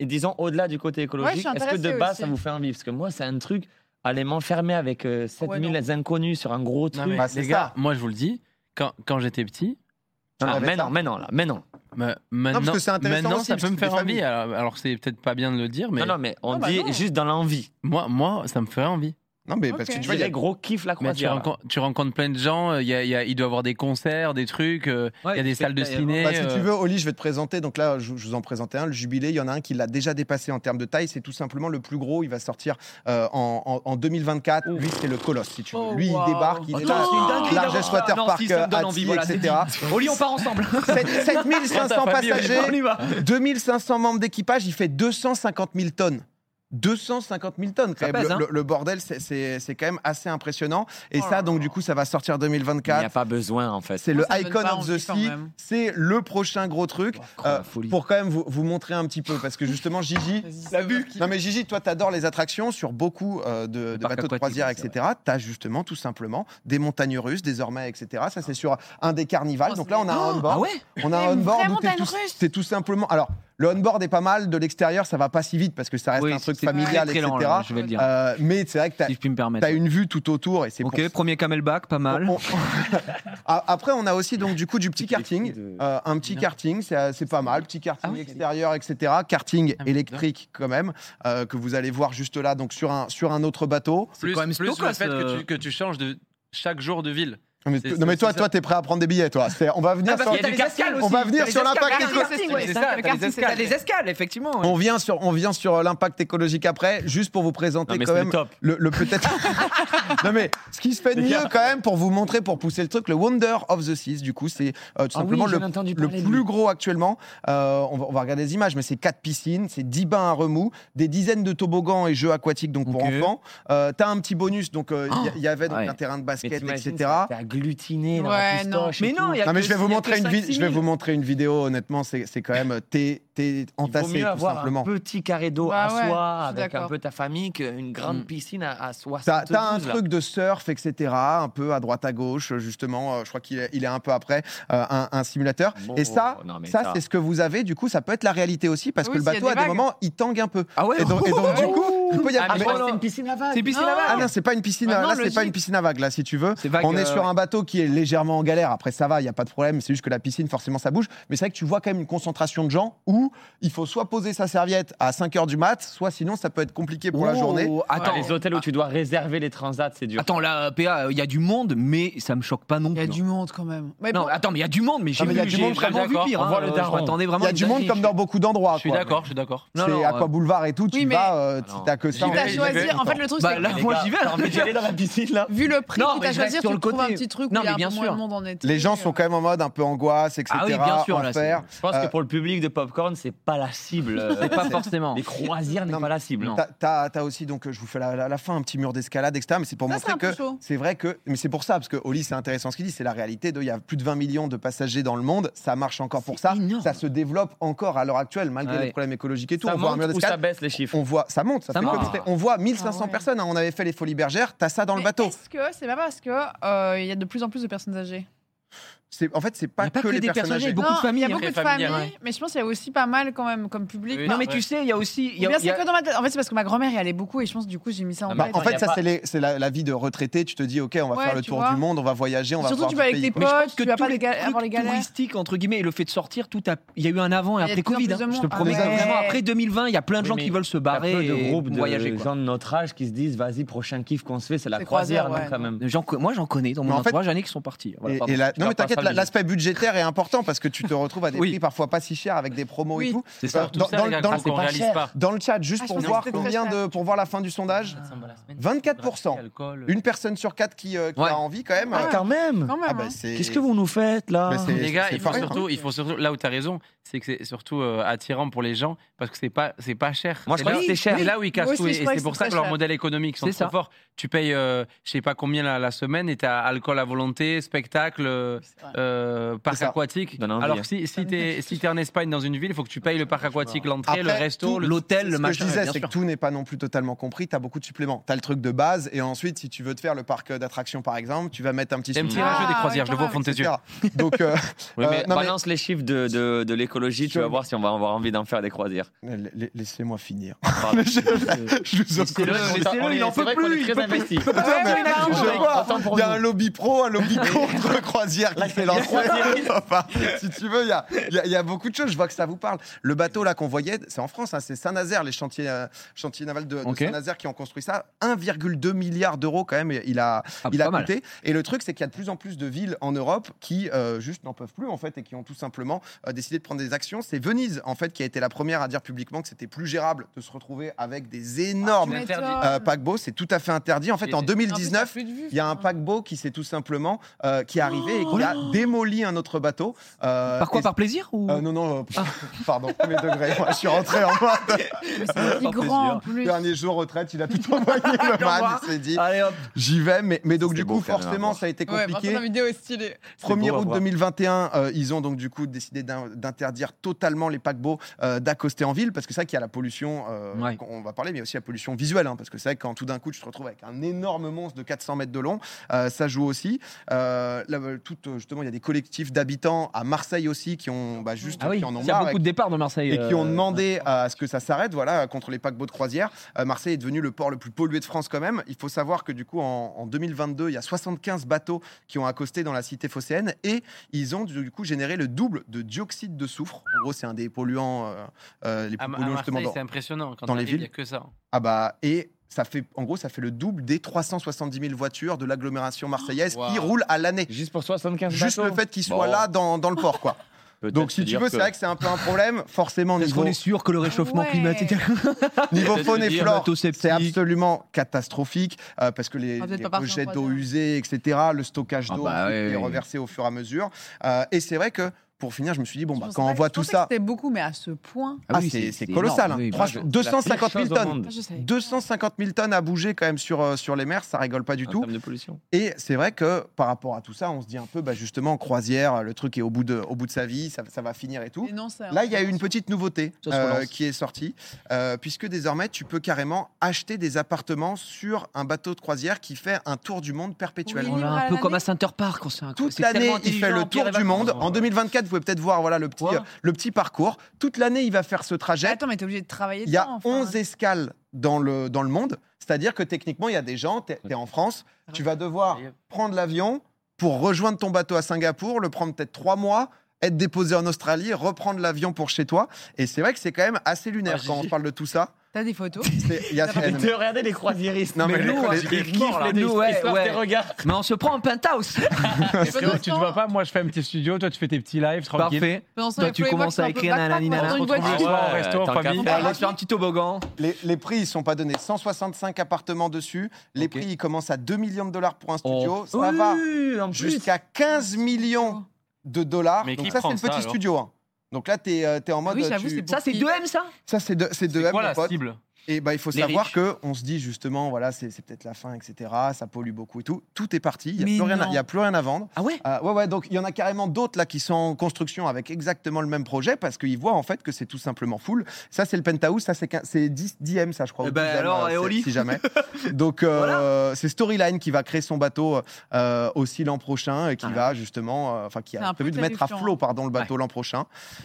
[SPEAKER 2] et disons au-delà du côté
[SPEAKER 6] Ouais, je
[SPEAKER 2] écologique,
[SPEAKER 6] suis
[SPEAKER 2] est-ce que de
[SPEAKER 6] intéressée
[SPEAKER 2] base
[SPEAKER 6] aussi.
[SPEAKER 2] ça vous fait envie Parce que moi, c'est un truc, aller m'enfermer avec euh,
[SPEAKER 6] Ouais,
[SPEAKER 2] 7000 inconnus sur un gros truc.
[SPEAKER 3] Non, mais
[SPEAKER 4] Bah, c'est
[SPEAKER 3] les gars,
[SPEAKER 4] ça.
[SPEAKER 3] moi je vous le dis, quand, quand j'étais petit,
[SPEAKER 2] Ah,
[SPEAKER 4] avec
[SPEAKER 2] mais
[SPEAKER 4] ça.
[SPEAKER 2] non, mais non, là, mais non.
[SPEAKER 3] me- maintenant,
[SPEAKER 4] que c'est intéressant
[SPEAKER 3] maintenant,
[SPEAKER 4] aussi,
[SPEAKER 3] ça
[SPEAKER 4] parce
[SPEAKER 3] peut
[SPEAKER 4] que
[SPEAKER 3] me
[SPEAKER 4] c'est
[SPEAKER 3] faire
[SPEAKER 4] des familles.
[SPEAKER 3] envie. Alors, alors, c'est peut-être pas bien de le dire, mais
[SPEAKER 2] Non, non, mais on
[SPEAKER 6] Non, bah
[SPEAKER 2] dit
[SPEAKER 6] non.
[SPEAKER 2] juste dans l'envie.
[SPEAKER 3] Moi, moi, ça me ferait envie.
[SPEAKER 4] Non, mais
[SPEAKER 6] Ok.
[SPEAKER 4] parce que
[SPEAKER 6] Je
[SPEAKER 4] tu
[SPEAKER 2] Je
[SPEAKER 4] vois, il y a-
[SPEAKER 2] dirais gros kiff la
[SPEAKER 3] Mais tu,
[SPEAKER 2] croisière. là.
[SPEAKER 3] rencontres, tu rencontres plein de gens, euh, il y a- il y a- il doit y avoir des concerts, des trucs, euh, il
[SPEAKER 5] Ouais,
[SPEAKER 3] y a des
[SPEAKER 5] tu fais-
[SPEAKER 3] salles de
[SPEAKER 5] t'as-
[SPEAKER 3] ciné.
[SPEAKER 4] Bah, si tu
[SPEAKER 3] euh,
[SPEAKER 4] veux, Oli, je vais te présenter. Donc là, je, je vous en présentais un, le jubilé. Il y en a un qui l'a déjà dépassé en termes de taille. C'est tout simplement le plus gros. Il va sortir euh, en, en- en 2024. Lui, c'est le Colosse, si tu veux.
[SPEAKER 6] Oh,
[SPEAKER 4] Lui,
[SPEAKER 6] wow.
[SPEAKER 4] il débarque. Il
[SPEAKER 5] Oh,
[SPEAKER 4] est
[SPEAKER 5] non,
[SPEAKER 4] là.
[SPEAKER 5] c'est une dinguerie
[SPEAKER 4] Largesse
[SPEAKER 5] d'avoir ça.
[SPEAKER 4] Water
[SPEAKER 5] Non,
[SPEAKER 4] Park,
[SPEAKER 5] si, ça me donne
[SPEAKER 4] euh,
[SPEAKER 5] envie,
[SPEAKER 4] Hattie,
[SPEAKER 5] voilà, c'est
[SPEAKER 4] etc.
[SPEAKER 5] dit. Oli, on part ensemble.
[SPEAKER 4] Sept- 7500
[SPEAKER 3] Ouais, ta famille,
[SPEAKER 4] passagers,
[SPEAKER 5] on y va.
[SPEAKER 4] 2500 membres d'équipage. Il fait 250 000 tonnes. 250 000 tonnes, quand
[SPEAKER 5] Ça
[SPEAKER 4] même.
[SPEAKER 5] pèse,
[SPEAKER 4] le,
[SPEAKER 5] hein.
[SPEAKER 4] le- le bordel, c'est- c'est c'est quand même assez impressionnant. Et
[SPEAKER 6] Oh là
[SPEAKER 4] ça, donc, du coup, ça va sortir
[SPEAKER 2] Il n'y a
[SPEAKER 4] 2024.
[SPEAKER 2] pas besoin en fait.
[SPEAKER 4] C'est le
[SPEAKER 6] Ça me donne
[SPEAKER 4] Icon
[SPEAKER 6] pas
[SPEAKER 4] of
[SPEAKER 6] envie,
[SPEAKER 4] the
[SPEAKER 6] quand
[SPEAKER 4] Sea.
[SPEAKER 6] même.
[SPEAKER 4] C'est le prochain gros truc.
[SPEAKER 5] Oh,
[SPEAKER 2] Crois
[SPEAKER 4] Euh,
[SPEAKER 2] la folie.
[SPEAKER 4] pour quand même vous, vous montrer un petit peu, parce que justement, Gigi.
[SPEAKER 6] Vas-y,
[SPEAKER 5] La
[SPEAKER 6] c'est
[SPEAKER 5] vue.
[SPEAKER 6] parti.
[SPEAKER 4] Non mais Gigi, toi, t'adores les attractions sur beaucoup euh, de, de
[SPEAKER 5] parcs
[SPEAKER 4] bateaux de
[SPEAKER 5] aquatiques,
[SPEAKER 4] croisière,
[SPEAKER 5] ouais, c'est
[SPEAKER 4] etc. T'as justement tout simplement des montagnes russes désormais, etc. Ça c'est sur un des carnivals.
[SPEAKER 6] Oh,
[SPEAKER 4] Donc
[SPEAKER 6] c'est
[SPEAKER 4] là, on a un
[SPEAKER 5] Ah,
[SPEAKER 4] onboard.
[SPEAKER 5] ah ouais
[SPEAKER 4] On a
[SPEAKER 6] Mais
[SPEAKER 4] un onboard.
[SPEAKER 6] vraiment,
[SPEAKER 4] où t'es
[SPEAKER 6] t'as une
[SPEAKER 4] tout-
[SPEAKER 6] russe
[SPEAKER 4] C'est tout simplement. Alors, le onboard est pas mal. De l'extérieur, ça va pas si vite parce que ça reste
[SPEAKER 5] Oui,
[SPEAKER 4] un truc
[SPEAKER 5] c'est
[SPEAKER 4] familial,
[SPEAKER 5] très
[SPEAKER 4] etc.
[SPEAKER 5] lent, là, je vais le dire.
[SPEAKER 4] Euh, mais c'est vrai que t'as
[SPEAKER 5] si je puis me permettre.
[SPEAKER 4] t'as une vue tout autour et c'est pour
[SPEAKER 5] Ok, premier camelback, pas mal.
[SPEAKER 4] on- on- A- Après, on a aussi donc du coup du petit karting, Euh, un petit karting, c'est c'est pas mal, petit karting
[SPEAKER 5] Ah oui.
[SPEAKER 4] extérieur, etc. Karting
[SPEAKER 3] Ah oui,
[SPEAKER 4] électrique quand même euh, que vous allez voir juste là, donc sur un sur un autre bateau.
[SPEAKER 5] C'est
[SPEAKER 3] plus,
[SPEAKER 5] quand même
[SPEAKER 3] plus le
[SPEAKER 5] Stokos,
[SPEAKER 3] fait que
[SPEAKER 5] euh.
[SPEAKER 3] tu, que tu changes de chaque jour de ville.
[SPEAKER 4] Mais-
[SPEAKER 3] C'est-
[SPEAKER 4] non mais
[SPEAKER 3] c'est-
[SPEAKER 4] toi,
[SPEAKER 3] c'est
[SPEAKER 4] toi, t'es prêt à prendre des billets, toi. C'est- On va venir.
[SPEAKER 5] Ah, parce
[SPEAKER 4] sur-
[SPEAKER 5] qu'il y a
[SPEAKER 6] t'as
[SPEAKER 5] du
[SPEAKER 6] les
[SPEAKER 5] cascale
[SPEAKER 6] escales
[SPEAKER 5] aussi.
[SPEAKER 4] on va venir
[SPEAKER 5] T'as
[SPEAKER 4] sur
[SPEAKER 5] les
[SPEAKER 4] l'impact
[SPEAKER 5] escales.
[SPEAKER 4] écologique.
[SPEAKER 6] karting,
[SPEAKER 5] Ouais,
[SPEAKER 6] c'est
[SPEAKER 5] c'est
[SPEAKER 6] ça,
[SPEAKER 5] ça,
[SPEAKER 6] le
[SPEAKER 5] t'as les
[SPEAKER 6] karting, c'est ça.
[SPEAKER 5] escales. les escales, effectivement.
[SPEAKER 4] On vient sur on vient sur euh, l'impact écologique après, juste pour vous
[SPEAKER 2] Non,
[SPEAKER 4] présenter
[SPEAKER 2] mais
[SPEAKER 4] quand
[SPEAKER 2] c'est le
[SPEAKER 4] même
[SPEAKER 2] top.
[SPEAKER 4] le, le peut-être. non mais ce qui se fait de mieux quand même pour vous montrer, pour pousser le truc, le Wonder of the Seas. Du coup, c'est euh, tout
[SPEAKER 2] Ah oui,
[SPEAKER 4] simplement
[SPEAKER 2] j'en
[SPEAKER 4] le
[SPEAKER 2] ai entendu
[SPEAKER 4] le
[SPEAKER 2] parler de
[SPEAKER 4] plus
[SPEAKER 2] lui.
[SPEAKER 4] gros actuellement, euh, on, va, on va regarder les images, mais c'est 4 piscines, c'est 10 bains à remous, des dizaines de toboggans et jeux aquatiques donc pour
[SPEAKER 5] Ok.
[SPEAKER 4] enfants. Euh, T'as un petit bonus, donc euh, il y a- il y, avait donc
[SPEAKER 2] Ah, ouais.
[SPEAKER 4] un terrain de
[SPEAKER 2] Mais
[SPEAKER 4] basket,
[SPEAKER 2] t'imagines,
[SPEAKER 4] etc.
[SPEAKER 2] T'es agglutiné dans
[SPEAKER 6] Ouais,
[SPEAKER 2] la
[SPEAKER 6] non.
[SPEAKER 2] pistoche.
[SPEAKER 5] Mais non, il y a
[SPEAKER 4] Non mais
[SPEAKER 5] que-
[SPEAKER 4] je vais vous
[SPEAKER 5] il y a
[SPEAKER 4] montrer
[SPEAKER 5] que
[SPEAKER 4] une
[SPEAKER 5] cinq,
[SPEAKER 4] vidéo.
[SPEAKER 5] six
[SPEAKER 4] Je vais
[SPEAKER 5] mille.
[SPEAKER 4] vous montrer une vidéo. Honnêtement, c'est c'est quand même euh, t'es t'es
[SPEAKER 2] Il vaut
[SPEAKER 4] entassé
[SPEAKER 2] mieux
[SPEAKER 4] tout
[SPEAKER 2] avoir
[SPEAKER 4] simplement.
[SPEAKER 2] un petit carré d'eau
[SPEAKER 6] Bah
[SPEAKER 2] à
[SPEAKER 6] ouais,
[SPEAKER 2] soi
[SPEAKER 6] je suis
[SPEAKER 2] avec un
[SPEAKER 6] d'accord.
[SPEAKER 2] peu ta famille qu'une grande
[SPEAKER 5] Mm.
[SPEAKER 2] piscine à, à
[SPEAKER 4] T'as
[SPEAKER 2] 60
[SPEAKER 4] t'as un truc de surf, etc., un peu à droite à gauche, justement, euh, je crois qu'il est, il est un peu après, euh, un, un simulateur.
[SPEAKER 2] Bon,
[SPEAKER 4] et ça,
[SPEAKER 2] non, mais
[SPEAKER 4] ça,
[SPEAKER 2] ça. Ah
[SPEAKER 4] c'est ce que vous avez, du coup, ça peut être la réalité aussi, parce
[SPEAKER 6] Oui,
[SPEAKER 4] que le
[SPEAKER 6] s'il y a
[SPEAKER 4] bateau,
[SPEAKER 6] des
[SPEAKER 4] à des
[SPEAKER 6] vagues.
[SPEAKER 4] moments, il tangue un peu.
[SPEAKER 5] Ah ouais
[SPEAKER 4] Et
[SPEAKER 2] oh,
[SPEAKER 4] donc, et donc, du coup, il peut y
[SPEAKER 2] Ah, mais
[SPEAKER 4] avoir...
[SPEAKER 2] je
[SPEAKER 4] mais-
[SPEAKER 2] crois que c'est une piscine à vagues.
[SPEAKER 5] C'est piscine
[SPEAKER 6] Ah.
[SPEAKER 5] à
[SPEAKER 4] Ah
[SPEAKER 5] vagues.
[SPEAKER 4] non, c'est pas une piscine.
[SPEAKER 6] Ah non,
[SPEAKER 4] là, c'est pas
[SPEAKER 6] logique.
[SPEAKER 4] une piscine à vagues. Là, si tu veux,
[SPEAKER 5] C'est vague,
[SPEAKER 4] on est
[SPEAKER 5] euh,
[SPEAKER 4] sur
[SPEAKER 5] ouais.
[SPEAKER 4] un bateau qui est légèrement en galère. Après, ça va, il y a pas de problème. C'est juste que la piscine, forcément, ça bouge. Mais c'est vrai que tu vois quand même une concentration de gens où il faut soit poser sa serviette à 5 heures du mat, soit sinon ça peut être compliqué pour la
[SPEAKER 5] Oh,
[SPEAKER 4] journée.
[SPEAKER 5] Attends,
[SPEAKER 2] les hôtels où tu dois réserver les transats, c'est dur.
[SPEAKER 5] attends, là, euh, PA, euh, il y a du monde, mais ça me choque pas non
[SPEAKER 6] Il y
[SPEAKER 5] plus.
[SPEAKER 6] a du monde quand même. Mais
[SPEAKER 5] Non,
[SPEAKER 6] bon,
[SPEAKER 5] attends, mais il y a du monde, mais j'ai
[SPEAKER 4] mais il y a
[SPEAKER 5] vu-
[SPEAKER 4] du
[SPEAKER 5] j'ai
[SPEAKER 4] monde, je suis
[SPEAKER 5] vraiment vu
[SPEAKER 2] d'accord,
[SPEAKER 5] pire.
[SPEAKER 2] on
[SPEAKER 5] hein,
[SPEAKER 2] voit le
[SPEAKER 5] euh, je
[SPEAKER 2] daron.
[SPEAKER 5] m'attendais
[SPEAKER 4] Il y
[SPEAKER 5] vraiment.
[SPEAKER 4] a
[SPEAKER 5] une
[SPEAKER 4] du monde
[SPEAKER 5] dinguerie.
[SPEAKER 4] comme dans beaucoup d'endroits.
[SPEAKER 3] Je suis
[SPEAKER 4] quoi.
[SPEAKER 3] d'accord, je suis d'accord.
[SPEAKER 5] Non,
[SPEAKER 4] c'est
[SPEAKER 5] non,
[SPEAKER 4] Aqua
[SPEAKER 5] euh,
[SPEAKER 4] Boulevard et tout, tu
[SPEAKER 6] Oui,
[SPEAKER 4] y
[SPEAKER 6] mais-
[SPEAKER 4] vas, euh,
[SPEAKER 2] Ah non.
[SPEAKER 4] t'as que ça.
[SPEAKER 6] quitte
[SPEAKER 2] vais,
[SPEAKER 6] à
[SPEAKER 2] j'y vais.
[SPEAKER 6] choisir, en fait, le truc,
[SPEAKER 5] Bah,
[SPEAKER 6] c'est
[SPEAKER 5] là,
[SPEAKER 6] que
[SPEAKER 2] Les
[SPEAKER 5] moi,
[SPEAKER 2] gars,
[SPEAKER 5] j'y vais.
[SPEAKER 2] T'as envie d'y aller dans la piscine là
[SPEAKER 6] vu le prix,
[SPEAKER 5] Non,
[SPEAKER 6] quitte à
[SPEAKER 5] mais je reste
[SPEAKER 6] choisir,
[SPEAKER 5] sur
[SPEAKER 6] tu
[SPEAKER 5] le
[SPEAKER 6] trouves un
[SPEAKER 5] côté.
[SPEAKER 6] petit truc
[SPEAKER 5] Non,
[SPEAKER 6] où il y a
[SPEAKER 5] mais
[SPEAKER 6] un
[SPEAKER 5] bien
[SPEAKER 6] peu moins
[SPEAKER 5] sûr.
[SPEAKER 6] de monde en été.
[SPEAKER 4] Les gens sont quand même en mode un peu angoisse, etc.
[SPEAKER 5] Ah oui, bien sûr, là,
[SPEAKER 4] enfer.
[SPEAKER 2] Je pense
[SPEAKER 4] Euh,
[SPEAKER 2] que pour le public de popcorn, c'est pas la cible. euh,
[SPEAKER 5] C'est pas forcément.
[SPEAKER 2] Les croisières n'est
[SPEAKER 4] Non,
[SPEAKER 2] pas la cible.
[SPEAKER 5] non.
[SPEAKER 4] T'as- T'as t'as aussi, donc euh, je vous fais la, la- la fin, un petit mur d'escalade, etc. Mais c'est pour
[SPEAKER 6] Ça, c'est
[SPEAKER 4] montrer
[SPEAKER 6] un
[SPEAKER 4] que
[SPEAKER 6] peu chaud.
[SPEAKER 4] c'est vrai que. Mais c'est pour ça, parce que Oli, c'est intéressant ce qu'il dit, c'est la réalité. de- Il y a plus de 20 millions de passagers dans le monde, ça marche encore pour
[SPEAKER 5] C'est
[SPEAKER 4] ça.
[SPEAKER 5] énorme.
[SPEAKER 4] Ça se développe encore à l'heure actuelle, malgré
[SPEAKER 5] Ah
[SPEAKER 4] les
[SPEAKER 5] ouais.
[SPEAKER 4] problèmes écologiques et tout.
[SPEAKER 2] Ça
[SPEAKER 4] on voit un mur
[SPEAKER 2] monte ou ça
[SPEAKER 4] d'escalade.
[SPEAKER 2] baisse les chiffres
[SPEAKER 4] On voit, ça monte, ça,
[SPEAKER 5] Ça
[SPEAKER 4] fait
[SPEAKER 5] monte.
[SPEAKER 4] commenter. On voit 1500
[SPEAKER 6] Ah ouais.
[SPEAKER 4] personnes. hein. On avait fait les folies bergères, t'as ça dans le
[SPEAKER 6] Mais
[SPEAKER 4] bateau.
[SPEAKER 6] Est-ce que c'est pas parce que euh, il y a de plus en plus de personnes âgées
[SPEAKER 4] C'est- En fait, c'est
[SPEAKER 5] Il y
[SPEAKER 4] pas
[SPEAKER 5] a pas
[SPEAKER 4] que
[SPEAKER 5] que
[SPEAKER 4] les
[SPEAKER 5] des
[SPEAKER 4] personnes
[SPEAKER 5] personnes
[SPEAKER 4] âgées.
[SPEAKER 5] Beaucoup
[SPEAKER 6] Non,
[SPEAKER 5] de familles,
[SPEAKER 6] Il y a beaucoup
[SPEAKER 3] hein,
[SPEAKER 6] de
[SPEAKER 3] les familles,
[SPEAKER 6] familles, mais je pense qu'il y a aussi pas mal quand même comme public.
[SPEAKER 2] Oui,
[SPEAKER 5] Non,
[SPEAKER 6] Enfin,
[SPEAKER 5] mais
[SPEAKER 2] Ouais.
[SPEAKER 5] tu sais, il y a aussi. il y
[SPEAKER 6] ou
[SPEAKER 5] a-
[SPEAKER 6] bien
[SPEAKER 5] il y
[SPEAKER 6] c'est
[SPEAKER 5] a-
[SPEAKER 6] que dans ma tête. En fait, c'est parce que ma grand-mère y allait beaucoup et je pense du coup j'ai mis ça en
[SPEAKER 2] Non,
[SPEAKER 6] tête.
[SPEAKER 2] mais
[SPEAKER 4] Bah, en fait,
[SPEAKER 2] y a
[SPEAKER 4] ça,
[SPEAKER 2] pas-
[SPEAKER 4] c'est les- c'est la, la vie de retraité. Tu te dis, OK, on va
[SPEAKER 6] Ouais,
[SPEAKER 4] faire le
[SPEAKER 6] tu
[SPEAKER 4] tour
[SPEAKER 6] vois.
[SPEAKER 4] du monde, on va voyager, on va
[SPEAKER 6] Surtout,
[SPEAKER 4] voir
[SPEAKER 6] tu
[SPEAKER 4] des
[SPEAKER 6] vas avec
[SPEAKER 4] pays.
[SPEAKER 6] tes
[SPEAKER 5] Mais je
[SPEAKER 6] Poche,
[SPEAKER 5] pense que
[SPEAKER 6] tu vas
[SPEAKER 5] tous
[SPEAKER 6] pas
[SPEAKER 5] les
[SPEAKER 6] déga- avoir les
[SPEAKER 5] trucs
[SPEAKER 6] galères.
[SPEAKER 5] touristiques entre guillemets et le fait de sortir, tout a... il y a eu un avant et
[SPEAKER 6] Il y a
[SPEAKER 5] après
[SPEAKER 6] de plus en
[SPEAKER 5] Covid.
[SPEAKER 6] plus
[SPEAKER 5] hein,
[SPEAKER 6] de
[SPEAKER 5] je te
[SPEAKER 6] monde.
[SPEAKER 5] promets.
[SPEAKER 6] Ah ouais.
[SPEAKER 5] Vraiment, après 2020, il y a plein de
[SPEAKER 2] Oui,
[SPEAKER 5] gens
[SPEAKER 2] mais
[SPEAKER 5] qui veulent se
[SPEAKER 2] Il y a
[SPEAKER 5] barrer
[SPEAKER 2] peu de
[SPEAKER 5] et
[SPEAKER 2] groupes de
[SPEAKER 5] voyager. quoi.
[SPEAKER 2] gens de notre âge qui se disent vas-y, prochain kiff qu'on se fait, c'est la
[SPEAKER 6] C'est croisière,
[SPEAKER 2] croisière, non,
[SPEAKER 6] ouais.
[SPEAKER 2] quand même.
[SPEAKER 5] J'en co- moi, j'en connais dans mon
[SPEAKER 4] Mais en fait-
[SPEAKER 5] entourage, il y en a qui sont partis. Voilà,
[SPEAKER 4] Et-
[SPEAKER 5] pardon,
[SPEAKER 4] et la-
[SPEAKER 5] tu
[SPEAKER 4] Non,
[SPEAKER 5] vas
[SPEAKER 4] mais
[SPEAKER 5] pas
[SPEAKER 4] t'inquiète, fait, la-
[SPEAKER 3] famille.
[SPEAKER 4] l'aspect budgétaire est important parce que tu te retrouves à des
[SPEAKER 5] Oui.
[SPEAKER 4] prix parfois pas si chers avec des promos et
[SPEAKER 6] Oui.
[SPEAKER 4] tout.
[SPEAKER 5] C'est ça.
[SPEAKER 3] Tout
[SPEAKER 4] dans-
[SPEAKER 3] ça,
[SPEAKER 4] dans-
[SPEAKER 3] les gars,
[SPEAKER 4] dans-
[SPEAKER 3] parce qu'on
[SPEAKER 2] c'est pas
[SPEAKER 3] réalise
[SPEAKER 2] cher.
[SPEAKER 3] pas.
[SPEAKER 4] Dans le chat, juste
[SPEAKER 6] Ah, je
[SPEAKER 4] pour
[SPEAKER 6] pensais
[SPEAKER 4] voir
[SPEAKER 6] que c'était
[SPEAKER 4] combien
[SPEAKER 6] très cher.
[SPEAKER 4] de pour voir la fin du sondage, 24%.
[SPEAKER 3] Ah,
[SPEAKER 4] une personne sur quatre qui, euh, qui
[SPEAKER 5] Ouais.
[SPEAKER 4] a envie quand même.
[SPEAKER 6] Ah,
[SPEAKER 2] Ah, quand même
[SPEAKER 6] Quand même.
[SPEAKER 4] Ah, bah,
[SPEAKER 6] hein.
[SPEAKER 4] c'est-
[SPEAKER 2] Qu'est-ce que vous nous faites là
[SPEAKER 4] Bah, c'est-
[SPEAKER 3] Les gars,
[SPEAKER 4] c'est
[SPEAKER 3] il faut,
[SPEAKER 4] pareil,
[SPEAKER 3] surtout,
[SPEAKER 6] hein.
[SPEAKER 3] il faut surtout, là où tu as raison, c'est que c'est surtout euh, attirant pour les gens parce que c'est pas, c'est pas cher.
[SPEAKER 2] Moi, je
[SPEAKER 3] C'est
[SPEAKER 2] croyais
[SPEAKER 3] là-
[SPEAKER 2] que c'était cher.
[SPEAKER 3] C'est là où ils cassent
[SPEAKER 6] Moi aussi,
[SPEAKER 3] tout.
[SPEAKER 6] je
[SPEAKER 3] Et
[SPEAKER 6] croyais
[SPEAKER 3] c'est
[SPEAKER 6] que
[SPEAKER 3] pour ça
[SPEAKER 6] c'était
[SPEAKER 3] que
[SPEAKER 6] très
[SPEAKER 3] leur
[SPEAKER 6] cher.
[SPEAKER 3] modèle économique sont
[SPEAKER 5] C'est
[SPEAKER 3] trop
[SPEAKER 5] ça.
[SPEAKER 3] forts. Tu payes, euh, je sais pas combien la, la semaine, et tu as alcool à volonté, spectacle, euh,
[SPEAKER 6] C'est vrai.
[SPEAKER 3] euh, parc
[SPEAKER 4] C'est ça.
[SPEAKER 3] aquatique.
[SPEAKER 2] Donne envie,
[SPEAKER 3] Alors
[SPEAKER 2] hein.
[SPEAKER 3] que si, si tu es, en Espagne dans une ville, il faut que tu payes le parc aquatique, l'entrée,
[SPEAKER 4] Après,
[SPEAKER 3] le resto,
[SPEAKER 4] tout-
[SPEAKER 3] le
[SPEAKER 5] L'hôtel,
[SPEAKER 4] Ce
[SPEAKER 5] le
[SPEAKER 4] que je
[SPEAKER 5] machin.
[SPEAKER 4] disais,
[SPEAKER 5] bien
[SPEAKER 4] c'est que
[SPEAKER 5] sûr.
[SPEAKER 4] tout n'est pas non plus totalement compris. Tu as beaucoup de suppléments. Tu as le truc de base, et ensuite, si tu veux te faire le parc euh, d'attractions, par exemple, tu vas mettre un petit
[SPEAKER 3] C'est un petit
[SPEAKER 6] Ah,
[SPEAKER 3] rageux des
[SPEAKER 6] ouais,
[SPEAKER 3] croisières, je le vois au
[SPEAKER 6] quand
[SPEAKER 3] fond de tes yeux.
[SPEAKER 4] etc. Donc, euh,
[SPEAKER 2] Oui, mais
[SPEAKER 4] Euh, non, mais-
[SPEAKER 2] balance les chiffres de, de, de l'écologie, tu
[SPEAKER 4] Je-
[SPEAKER 2] vas voir si on va avoir envie d'en faire des croisières.
[SPEAKER 4] la- la- Laissez-moi finir.
[SPEAKER 2] Pardon.
[SPEAKER 4] je, je vous en
[SPEAKER 2] Laissez-le,
[SPEAKER 4] connais.
[SPEAKER 2] laissez-le,
[SPEAKER 4] On est-
[SPEAKER 2] il en
[SPEAKER 4] c'est
[SPEAKER 2] peut
[SPEAKER 4] vrai
[SPEAKER 2] plus,
[SPEAKER 4] qu'on est
[SPEAKER 2] il peut
[SPEAKER 4] très
[SPEAKER 2] plus.
[SPEAKER 4] investis.
[SPEAKER 6] Ah ouais,
[SPEAKER 4] Putain, mais
[SPEAKER 6] ouais, là,
[SPEAKER 4] je
[SPEAKER 6] on est-
[SPEAKER 4] sais pas.
[SPEAKER 2] autant pour
[SPEAKER 4] Il y a
[SPEAKER 2] nous.
[SPEAKER 4] un lobby pro, un lobby contre croisière qui fait l'entrée. Enfin, si tu veux, il y a, il y a- il y a beaucoup de choses. Je vois que ça vous parle. Le bateau là qu'on voyait, c'est en France, hein, c'est Saint-Nazaire, les chantiers, euh, chantiers navals de, de
[SPEAKER 5] Ok.
[SPEAKER 4] Saint-Nazaire qui ont construit ça. 1,2 milliard d'euros quand même. Il a,
[SPEAKER 5] Ah,
[SPEAKER 4] il a
[SPEAKER 5] pas mal.
[SPEAKER 4] coûté. Et le truc, c'est qu'il y a de plus en plus de villes en Europe qui euh, juste n'en peuvent plus en fait et qui ont tout simplement euh, décidé de prendre des actions. C'est Venise en fait qui a été la première à dire publiquement que c'était plus gérable de se retrouver avec des énormes
[SPEAKER 6] Mais
[SPEAKER 3] interdit.
[SPEAKER 6] toi,
[SPEAKER 4] euh, paquebots. C'est tout à fait interdit. En fait, en
[SPEAKER 3] Et-
[SPEAKER 6] en plus,
[SPEAKER 4] 2019,
[SPEAKER 6] t'as plus de vue,
[SPEAKER 4] il y a un
[SPEAKER 6] enfin.
[SPEAKER 4] paquebot qui s'est tout simplement euh, qui est arrivé et qui a démoli un autre bateau. euh,
[SPEAKER 5] Par quoi
[SPEAKER 4] et-
[SPEAKER 5] Par plaisir ou
[SPEAKER 4] Euh, Non, non, euh, pardon, mes degrés. Moi, je suis rentré en mode
[SPEAKER 6] Mais c'est
[SPEAKER 5] Par
[SPEAKER 6] grand en
[SPEAKER 5] plaisir.
[SPEAKER 6] plus.
[SPEAKER 4] dernier jour retraite. Il a tout envoyé le man. Il s'est
[SPEAKER 5] Ah.
[SPEAKER 4] dit,
[SPEAKER 2] Allez hop
[SPEAKER 4] j'y vais. Mais, mais donc,
[SPEAKER 2] C'est
[SPEAKER 4] du
[SPEAKER 2] beau
[SPEAKER 4] coup,
[SPEAKER 2] quand même hein. à
[SPEAKER 4] forcément,
[SPEAKER 2] voir.
[SPEAKER 4] ça a été
[SPEAKER 6] Ouais, par contre,
[SPEAKER 4] compliqué.
[SPEAKER 6] la vidéo est stylée.
[SPEAKER 4] 1er
[SPEAKER 2] beau à
[SPEAKER 4] août
[SPEAKER 2] voir.
[SPEAKER 4] 2021, euh, ils ont donc du coup décidé d'in- d'interdire totalement les paquebots euh, d'accoster en ville parce que c'est ça qu'il y a la pollution, euh,
[SPEAKER 5] Ouais.
[SPEAKER 4] on va parler, mais aussi la pollution visuelle hein, parce que c'est vrai que quand tout d'un coup tu te retrouves avec un énorme monstre de 400 mètres de long, euh, ça joue aussi. Euh, là, euh, tout, euh, justement, il y a des collectifs d'habitants à Marseille aussi qui ont bah, juste
[SPEAKER 5] Ah oui,
[SPEAKER 4] qui en ont
[SPEAKER 5] il y a
[SPEAKER 4] marre
[SPEAKER 5] beaucoup de départs de Marseille.
[SPEAKER 4] et qui ont
[SPEAKER 5] euh,
[SPEAKER 4] demandé à ce que ça s'arrête, voilà, contre les paquebots de croisière. Euh, Marseille est devenu le port le plus pollué de France quand même. Il faut savoir que du coup, en, en 2022, il y a 75 bateaux qui ont accosté dans la cité phocéenne et ils ont du coup généré le double de dioxyde de soufre. En gros, c'est un des polluants euh, euh, les
[SPEAKER 3] À,
[SPEAKER 4] plus
[SPEAKER 3] à
[SPEAKER 4] polluants justement.
[SPEAKER 3] Marseille,
[SPEAKER 4] dans-
[SPEAKER 3] Ah, c'est impressionnant. Quand
[SPEAKER 4] dans les
[SPEAKER 3] t'arrives, il y a
[SPEAKER 4] villes.
[SPEAKER 3] que ça.
[SPEAKER 4] Ah bah et ça fait, en gros, ça fait le double des 370 000 voitures de l'agglomération marseillaise qui
[SPEAKER 3] Wow.
[SPEAKER 4] roulent à l'année.
[SPEAKER 2] Juste pour 75
[SPEAKER 4] Juste le
[SPEAKER 2] bateaux.
[SPEAKER 4] fait qu'ils soient
[SPEAKER 2] Bon.
[SPEAKER 4] là dans, dans le port, quoi.
[SPEAKER 2] Peut-être
[SPEAKER 4] Donc, si
[SPEAKER 2] te
[SPEAKER 4] tu
[SPEAKER 2] dire
[SPEAKER 4] veux, c'est vrai que c'est un peu un problème. Forcément,
[SPEAKER 5] Est-ce
[SPEAKER 4] niveau,
[SPEAKER 5] qu'on est sûr que le réchauffement
[SPEAKER 6] Ouais.
[SPEAKER 5] climatique
[SPEAKER 4] niveau
[SPEAKER 3] Peut-être
[SPEAKER 4] faune
[SPEAKER 3] te
[SPEAKER 4] et
[SPEAKER 3] dire,
[SPEAKER 4] flore,
[SPEAKER 5] bateau
[SPEAKER 4] C'est
[SPEAKER 5] septique
[SPEAKER 4] absolument catastrophique euh, parce que les,
[SPEAKER 6] Ah, vous êtes
[SPEAKER 4] les
[SPEAKER 6] pas parti en
[SPEAKER 4] rejets d'eau
[SPEAKER 6] croisière.
[SPEAKER 4] usée, etc., le stockage
[SPEAKER 5] Ah
[SPEAKER 4] d'eau
[SPEAKER 5] bah
[SPEAKER 4] ensuite,
[SPEAKER 5] ouais,
[SPEAKER 4] qui est
[SPEAKER 5] ouais.
[SPEAKER 4] reversé au fur et à mesure. Euh, et c'est vrai que pour finir, je me suis dit, bon,
[SPEAKER 6] Je
[SPEAKER 4] bah,
[SPEAKER 6] pensais
[SPEAKER 4] quand on
[SPEAKER 6] pas-
[SPEAKER 4] voit
[SPEAKER 6] je
[SPEAKER 4] tout
[SPEAKER 6] pensais
[SPEAKER 4] ça,
[SPEAKER 6] que C'était beaucoup, mais à ce point.
[SPEAKER 5] Ah
[SPEAKER 4] ah,
[SPEAKER 5] oui,
[SPEAKER 4] c'est
[SPEAKER 5] c'est-
[SPEAKER 4] c'est
[SPEAKER 5] c'est
[SPEAKER 4] colossal.
[SPEAKER 5] énorme,
[SPEAKER 4] hein.
[SPEAKER 5] oui,
[SPEAKER 4] Trois-
[SPEAKER 5] bah,
[SPEAKER 4] 250 000 tonnes.
[SPEAKER 6] Je savais.
[SPEAKER 4] 250 000 tonnes à bouger quand même sur, euh, sur les mers, ça rigole pas
[SPEAKER 5] Ah,
[SPEAKER 4] du
[SPEAKER 2] En
[SPEAKER 4] tout.
[SPEAKER 2] termes de pollution.
[SPEAKER 4] Et c'est vrai que par rapport à tout ça, on se dit un peu, bah, justement, croisière, le truc est au bout de, au bout de sa vie, ça, ça va finir et tout.
[SPEAKER 6] Et non, c'est-
[SPEAKER 4] Là, il y a eu une petite nouveauté
[SPEAKER 5] Ça se
[SPEAKER 4] euh,
[SPEAKER 5] relance.
[SPEAKER 4] qui est sortie, euh, puisque désormais, tu peux carrément acheter des appartements sur un bateau de croisière qui fait un tour du monde perpétuel.
[SPEAKER 6] Oui.
[SPEAKER 5] Oh là, Un
[SPEAKER 6] à
[SPEAKER 5] peu
[SPEAKER 6] l'année.
[SPEAKER 5] comme à Center Park, quand c'est un
[SPEAKER 4] Toute
[SPEAKER 5] c'est
[SPEAKER 4] l'année,
[SPEAKER 5] tellement
[SPEAKER 4] il fait le
[SPEAKER 5] intelligent,
[SPEAKER 4] tour
[SPEAKER 5] Pierre
[SPEAKER 4] du
[SPEAKER 5] Evan.
[SPEAKER 4] monde. En 2024, vous pouvez peut-être voir voilà, le, petit,
[SPEAKER 3] Quoi
[SPEAKER 4] euh, le petit parcours. Toute l'année, il va faire ce trajet.
[SPEAKER 6] Attends, mais t'es obligé de travailler.
[SPEAKER 4] Il y a
[SPEAKER 6] dedans, enfin.
[SPEAKER 4] 11 escales dans le, dans le monde. C'est-à-dire que techniquement, il y a des gens, tu es, en France, tu vas devoir prendre l'avion pour rejoindre ton bateau à Singapour, le prendre peut-être trois mois, être déposé en Australie, reprendre l'avion pour chez toi. Et c'est vrai que c'est quand même assez lunaire
[SPEAKER 3] Ah,
[SPEAKER 4] quand on
[SPEAKER 3] Gigi.
[SPEAKER 4] parle de tout ça.
[SPEAKER 6] T'as des photos
[SPEAKER 4] C'est- il y a-
[SPEAKER 6] Putain,
[SPEAKER 4] non, mais-
[SPEAKER 2] regardez les croisiéristes.
[SPEAKER 4] Non, mais les-
[SPEAKER 2] nous,
[SPEAKER 4] les-
[SPEAKER 2] hein,
[SPEAKER 3] les-
[SPEAKER 2] ils kiffent
[SPEAKER 3] les-
[SPEAKER 2] les
[SPEAKER 5] nous, ouais,
[SPEAKER 2] histoires,
[SPEAKER 5] ouais.
[SPEAKER 2] tes regards.
[SPEAKER 5] Mais on se prend en penthouse
[SPEAKER 6] Et pendant ce
[SPEAKER 3] tu te vois
[SPEAKER 6] temps-
[SPEAKER 3] pas Moi, je fais un petit studio, toi, tu fais tes petits lives tranquille.
[SPEAKER 5] Parfait.
[SPEAKER 6] pendant ce temps,
[SPEAKER 5] Toi,
[SPEAKER 6] il
[SPEAKER 5] tu
[SPEAKER 6] faut les voir
[SPEAKER 5] commences
[SPEAKER 6] qui sont
[SPEAKER 5] à
[SPEAKER 6] un peu
[SPEAKER 5] écrire nanani
[SPEAKER 6] backpack dans
[SPEAKER 5] nanana.
[SPEAKER 6] une
[SPEAKER 5] On
[SPEAKER 3] retrouve
[SPEAKER 6] voiture.
[SPEAKER 3] le soir.
[SPEAKER 2] Ah ouais,
[SPEAKER 3] resto,
[SPEAKER 2] tant qu'à
[SPEAKER 3] famille.
[SPEAKER 5] va
[SPEAKER 2] faire.
[SPEAKER 5] aller faire un petit toboggan.
[SPEAKER 4] les, les prix, ils sont pas donnés. 165 appartements dessus. Les
[SPEAKER 5] Ok.
[SPEAKER 4] prix, ils commencent à 2 millions de dollars pour un studio.
[SPEAKER 5] Oh.
[SPEAKER 4] Ça va
[SPEAKER 2] Oui, en plus.
[SPEAKER 4] jusqu'à 15 millions de dollars.
[SPEAKER 3] Mais
[SPEAKER 4] Donc
[SPEAKER 3] qui
[SPEAKER 4] ça, c'est
[SPEAKER 3] prend
[SPEAKER 4] le
[SPEAKER 3] ça,
[SPEAKER 4] petit
[SPEAKER 3] alors
[SPEAKER 4] studio. hein. Donc là, tu es, en mode...
[SPEAKER 6] Ah
[SPEAKER 4] euh,
[SPEAKER 6] oui, j'avoue,
[SPEAKER 4] tu-
[SPEAKER 6] c'est beau.
[SPEAKER 5] Ça, c'est 2M, ça
[SPEAKER 4] Ça, c'est de, c'est de
[SPEAKER 3] C'est
[SPEAKER 4] M,
[SPEAKER 3] quoi
[SPEAKER 4] mon
[SPEAKER 3] la
[SPEAKER 4] pote.
[SPEAKER 3] cible
[SPEAKER 4] Et bah, il faut
[SPEAKER 5] Les
[SPEAKER 4] savoir
[SPEAKER 5] riches.
[SPEAKER 4] que on se dit justement, voilà, c'est c'est peut-être la fin, etc. Ça pollue beaucoup et tout. Tout est parti. Il
[SPEAKER 6] Mais
[SPEAKER 4] n'y
[SPEAKER 6] non.
[SPEAKER 4] a plus rien à vendre.
[SPEAKER 5] Ah ouais
[SPEAKER 4] Euh, ouais, ouais, donc il y en a carrément d'autres là qui sont en construction avec exactement le même projet parce qu'ils voient en fait que c'est tout simplement full. Ça, c'est le penthouse, ça, c'est qu'un- c'est 10 DM, ça, je crois.
[SPEAKER 5] Eh
[SPEAKER 4] ou
[SPEAKER 5] ben
[SPEAKER 4] 10 DM,
[SPEAKER 5] alors,
[SPEAKER 4] euh,
[SPEAKER 5] et
[SPEAKER 4] c'est-
[SPEAKER 5] au lit
[SPEAKER 4] Si jamais. Donc, euh, c'est Storyline qui va créer son bateau euh, aussi l'an prochain et qui
[SPEAKER 5] Ah.
[SPEAKER 4] va justement, euh, enfin, qui
[SPEAKER 6] C'est
[SPEAKER 4] a
[SPEAKER 6] un
[SPEAKER 4] prévu
[SPEAKER 6] peu
[SPEAKER 4] de mettre à
[SPEAKER 6] terrifiant.
[SPEAKER 5] hein.
[SPEAKER 4] flot, pardon, le bateau l'an prochain.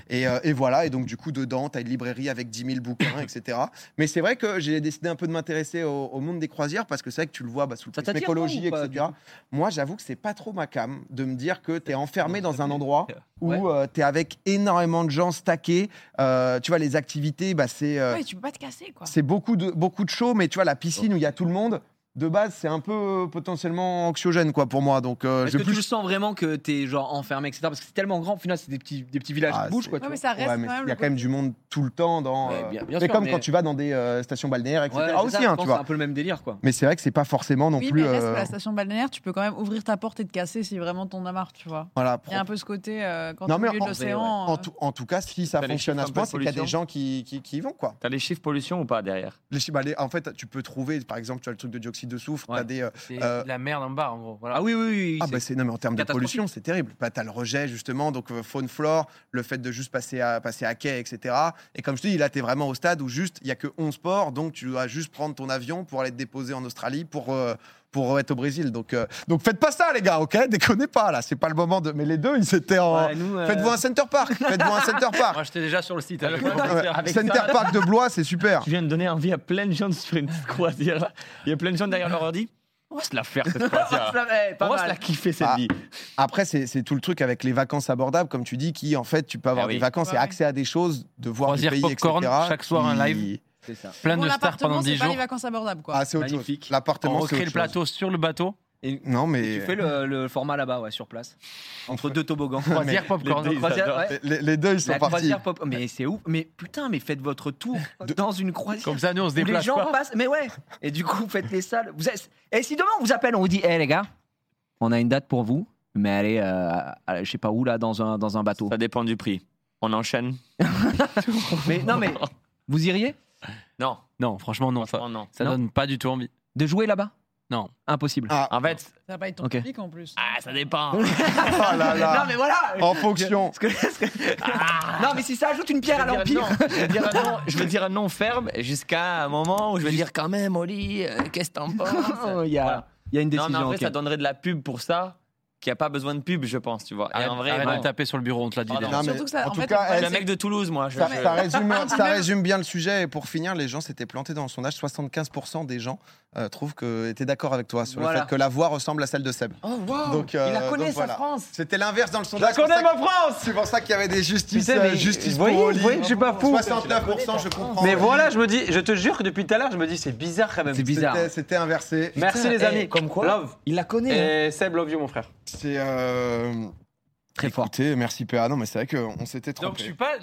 [SPEAKER 4] Et, euh, et voilà, et donc du coup, dedans, tu as une librairie avec 10 000 bouquins, etc. Mais c'est vrai que j'ai décidé un peu de m'intéresser au, au monde des croisières parce que c'est vrai que tu le vois bah, sous le
[SPEAKER 5] Ça
[SPEAKER 4] prisme
[SPEAKER 5] t'attire, toi, ou
[SPEAKER 4] écologie,
[SPEAKER 5] pas,
[SPEAKER 4] etc. Moi, j'avoue que c'est pas trop ma cam de me dire que tu es enfermé dans un endroit où
[SPEAKER 5] Ouais.
[SPEAKER 4] tu es avec énormément de gens stackés. Euh, tu vois, les activités, bah, c'est. euh,
[SPEAKER 6] Ouais, tu peux pas te casser, quoi.
[SPEAKER 4] c'est beaucoup de, beaucoup de show, mais tu vois, la piscine où il y a tout le monde, de base, c'est un peu euh, potentiellement anxiogène, quoi, pour moi. Donc, euh,
[SPEAKER 5] Est-ce
[SPEAKER 4] j'ai
[SPEAKER 5] que
[SPEAKER 4] plus.
[SPEAKER 5] tu le sens vraiment que t'es genre enfermé, etc. Parce que c'est tellement grand, au final, c'est des petits, des petits villages
[SPEAKER 4] Ah,
[SPEAKER 5] qui bougent,
[SPEAKER 4] c'est-
[SPEAKER 5] quoi. tu
[SPEAKER 6] Ouais, mais
[SPEAKER 5] vois.
[SPEAKER 6] ça reste
[SPEAKER 4] Ouais, mais
[SPEAKER 6] quand même.
[SPEAKER 4] il y a
[SPEAKER 6] le
[SPEAKER 4] quand même du monde tout le temps dans.
[SPEAKER 5] Ouais,
[SPEAKER 4] euh,
[SPEAKER 5] bien- bien
[SPEAKER 4] mais
[SPEAKER 5] sûr,
[SPEAKER 4] comme
[SPEAKER 5] mais-
[SPEAKER 4] quand tu vas dans des euh, stations balnéaires, etc.
[SPEAKER 5] Ouais, c'est
[SPEAKER 4] aussi,
[SPEAKER 5] ça, je
[SPEAKER 4] hein,
[SPEAKER 5] pense
[SPEAKER 4] tu
[SPEAKER 5] que
[SPEAKER 4] vois.
[SPEAKER 5] C'est un peu le même délire, quoi.
[SPEAKER 4] Mais c'est vrai que c'est pas forcément non
[SPEAKER 6] oui,
[SPEAKER 4] plus.
[SPEAKER 6] mais reste
[SPEAKER 4] euh,
[SPEAKER 6] à la station balnéaire, tu peux quand même ouvrir ta porte et te casser si vraiment t'en as marre, tu vois.
[SPEAKER 4] Voilà.
[SPEAKER 6] Il y a un peu ce côté euh, quand
[SPEAKER 4] Non,
[SPEAKER 6] t'es au
[SPEAKER 4] mais
[SPEAKER 6] milieu
[SPEAKER 4] en-
[SPEAKER 6] de l'océan.
[SPEAKER 4] En
[SPEAKER 6] euh,
[SPEAKER 4] tout, en tout cas, si ça
[SPEAKER 2] T'as les
[SPEAKER 4] fonctionne à
[SPEAKER 2] chiffres
[SPEAKER 4] ce
[SPEAKER 2] un peu
[SPEAKER 4] point, c'est qu'il y a des
[SPEAKER 2] pollution
[SPEAKER 4] gens qui, qui, qui y vont, quoi.
[SPEAKER 2] T'as les chiffres pollution ou pas derrière
[SPEAKER 4] Les chi- bah, les- en fait, tu peux trouver, par exemple, tu as le truc de dioxyde de soufre,
[SPEAKER 5] Ouais.
[SPEAKER 4] t'as des. euh,
[SPEAKER 3] C'est
[SPEAKER 4] Euh,
[SPEAKER 3] de la merde en bas, en gros. Voilà.
[SPEAKER 5] Ah oui, oui, oui.
[SPEAKER 4] ah,
[SPEAKER 5] c'est-
[SPEAKER 4] bah, c'est, non, mais en termes de
[SPEAKER 5] catastrophique.
[SPEAKER 4] pollution, c'est terrible. Bah, t'as le rejet, justement, donc euh, faune, flore, le fait de juste passer à, passer à quai, etc. Et comme je te dis, là, t'es vraiment au stade où juste, il n'y a que 11 ports, donc tu dois juste prendre ton avion pour aller te déposer en Australie pour. euh, pour être au Brésil. Donc, euh, donc faites pas ça, les gars, ok Déconnez pas, là, c'est pas le moment de. Mais les deux, ils étaient en.
[SPEAKER 5] Ouais, nous, euh,
[SPEAKER 4] Faites-vous un Center Park Faites-vous un Center Park
[SPEAKER 3] Moi, j'étais déjà sur le site. hein, j'ai pas
[SPEAKER 4] Ouais.
[SPEAKER 3] compris avec
[SPEAKER 4] Center
[SPEAKER 3] ça.
[SPEAKER 4] Park de Blois, c'est super.
[SPEAKER 2] Tu viens de donner envie à plein de gens de se faire une petite croisière. Il y a plein de gens derrière leur ordi. On va se la faire cette
[SPEAKER 5] Ah,
[SPEAKER 2] croisière.
[SPEAKER 5] ça, ouais,
[SPEAKER 2] On
[SPEAKER 5] pas
[SPEAKER 2] va se
[SPEAKER 5] mal.
[SPEAKER 2] la kiffer cette
[SPEAKER 4] Ah.
[SPEAKER 2] vie.
[SPEAKER 4] Après, c'est c'est tout le truc avec les vacances abordables, comme tu dis, qui en fait, tu peux avoir
[SPEAKER 2] Ah oui.
[SPEAKER 4] des vacances et
[SPEAKER 6] Ouais.
[SPEAKER 4] accès à des choses, de voir
[SPEAKER 3] Croisière
[SPEAKER 4] du pays,
[SPEAKER 3] popcorn,
[SPEAKER 4] etc.,
[SPEAKER 3] chaque soir un
[SPEAKER 4] qui-
[SPEAKER 3] live.
[SPEAKER 5] C'est ça.
[SPEAKER 3] Plein
[SPEAKER 6] Pour
[SPEAKER 3] de stars
[SPEAKER 6] l'appartement,
[SPEAKER 3] pendant 10
[SPEAKER 6] c'est pas
[SPEAKER 3] jours.
[SPEAKER 6] les vacances abordables, quoi.
[SPEAKER 4] Ah, c'est autre chose.
[SPEAKER 5] Magnifique.
[SPEAKER 4] L'appartement,
[SPEAKER 3] On
[SPEAKER 4] c'est
[SPEAKER 3] recrée le
[SPEAKER 4] autre chose. Ah,
[SPEAKER 3] plateau sur le bateau.
[SPEAKER 4] Non, mais
[SPEAKER 5] Tu fais le, le format là-bas, ouais, sur place. Entre deux toboggans.
[SPEAKER 3] Croisière popcorn.
[SPEAKER 2] Les dés.
[SPEAKER 5] Croisière,
[SPEAKER 2] adorent.
[SPEAKER 5] ouais.
[SPEAKER 4] les, les deux, ils sont
[SPEAKER 5] La
[SPEAKER 4] partis.
[SPEAKER 5] croisière pop. Mais c'est ouf. Mais putain, mais faites votre tour dans une croisière.
[SPEAKER 3] Comme ça, nous, on se
[SPEAKER 5] Où les
[SPEAKER 3] déplace
[SPEAKER 5] gens
[SPEAKER 3] pas.
[SPEAKER 5] passent. Mais ouais. Et du coup, faites les salles. Vous êtes- Et si demain on vous appelle, on vous dit, hé les gars, on a une date pour vous, mais allez, euh, à- je sais pas où là, dans un, dans un bateau.
[SPEAKER 2] Ça dépend du prix. On enchaîne
[SPEAKER 5] Mais non, mais vous iriez
[SPEAKER 2] Non,
[SPEAKER 3] Non, franchement, non. Ça,
[SPEAKER 2] franchement, non.
[SPEAKER 3] ça
[SPEAKER 5] Non.
[SPEAKER 3] donne pas du tout envie.
[SPEAKER 5] de jouer là-bas
[SPEAKER 3] Non.
[SPEAKER 5] Impossible.
[SPEAKER 4] Ah,
[SPEAKER 2] En fait,
[SPEAKER 6] Ça va pas être ton
[SPEAKER 5] Ok.
[SPEAKER 6] public en plus.
[SPEAKER 2] ah, ça dépend.
[SPEAKER 4] oh là là.
[SPEAKER 5] Non mais voilà.
[SPEAKER 4] En fonction.
[SPEAKER 5] Parce que- parce que- Non mais si ça ajoute une pierre à
[SPEAKER 2] Je veux dire
[SPEAKER 5] l'empire.
[SPEAKER 2] non. Je veux dire un non, je veux dire un non ferme jusqu'à un moment où je vais dire quand même, Oli, euh, qu'est-ce que t'en penses
[SPEAKER 5] Il y, a,
[SPEAKER 2] Voilà.
[SPEAKER 5] il y a une
[SPEAKER 2] Non,
[SPEAKER 5] décision.
[SPEAKER 2] mais en fait,
[SPEAKER 5] ok.
[SPEAKER 2] ça donnerait de la pub pour ça, qui a pas besoin de pub, je pense, tu vois. Et
[SPEAKER 3] Arrête,
[SPEAKER 2] en vrai,
[SPEAKER 3] arrête
[SPEAKER 2] bon,
[SPEAKER 3] de taper sur le bureau, on te l'a dit
[SPEAKER 2] Ah,
[SPEAKER 3] déjà.
[SPEAKER 2] non.
[SPEAKER 4] mais
[SPEAKER 6] Surtout que ça-
[SPEAKER 4] en
[SPEAKER 6] en
[SPEAKER 4] tout
[SPEAKER 6] fait,
[SPEAKER 4] cas,
[SPEAKER 6] le
[SPEAKER 2] je
[SPEAKER 4] elle,
[SPEAKER 2] suis un mec de Toulouse, moi. je-
[SPEAKER 4] ça,
[SPEAKER 2] je-
[SPEAKER 4] ça résume,
[SPEAKER 6] Ah,
[SPEAKER 4] ça
[SPEAKER 6] même-
[SPEAKER 4] résume bien le sujet. Et pour finir, les gens s'étaient plantés dans le sondage. 75% des gens euh, trouvent que étaient d'accord avec toi sur
[SPEAKER 5] Voilà.
[SPEAKER 4] le fait que la voix ressemble à celle de Seb.
[SPEAKER 5] Oh, wow.
[SPEAKER 4] Donc, euh,
[SPEAKER 5] il la connaît
[SPEAKER 4] donc
[SPEAKER 5] sa
[SPEAKER 4] voilà.
[SPEAKER 5] France.
[SPEAKER 4] C'était l'inverse dans le sondage. C'est pour ça
[SPEAKER 5] France.
[SPEAKER 4] que- C'est pour ça qu'il y avait des justices,
[SPEAKER 7] Putain, mais
[SPEAKER 4] euh, justice
[SPEAKER 7] vous
[SPEAKER 4] pour
[SPEAKER 7] voyez,
[SPEAKER 4] Oli.
[SPEAKER 7] vous voyez que je suis pas fou.
[SPEAKER 4] 69%, je comprends.
[SPEAKER 7] Mais voilà, je me dis, je te jure que depuis tout à l'heure, je me dis, c'est bizarre quand même.
[SPEAKER 5] C'est bizarre.
[SPEAKER 4] C'était- C'était inversé.
[SPEAKER 7] Merci les
[SPEAKER 2] eh,
[SPEAKER 7] amis.
[SPEAKER 2] comme quoi.
[SPEAKER 7] Love.
[SPEAKER 5] Il la connaît. hein.
[SPEAKER 7] Et Seb, love you, mon frère.
[SPEAKER 4] C'est euh,
[SPEAKER 5] Très fort.
[SPEAKER 4] écoutez, merci PA. Non, mais c'est vrai qu'on s'était trompé.
[SPEAKER 3] Donc, je suis pas.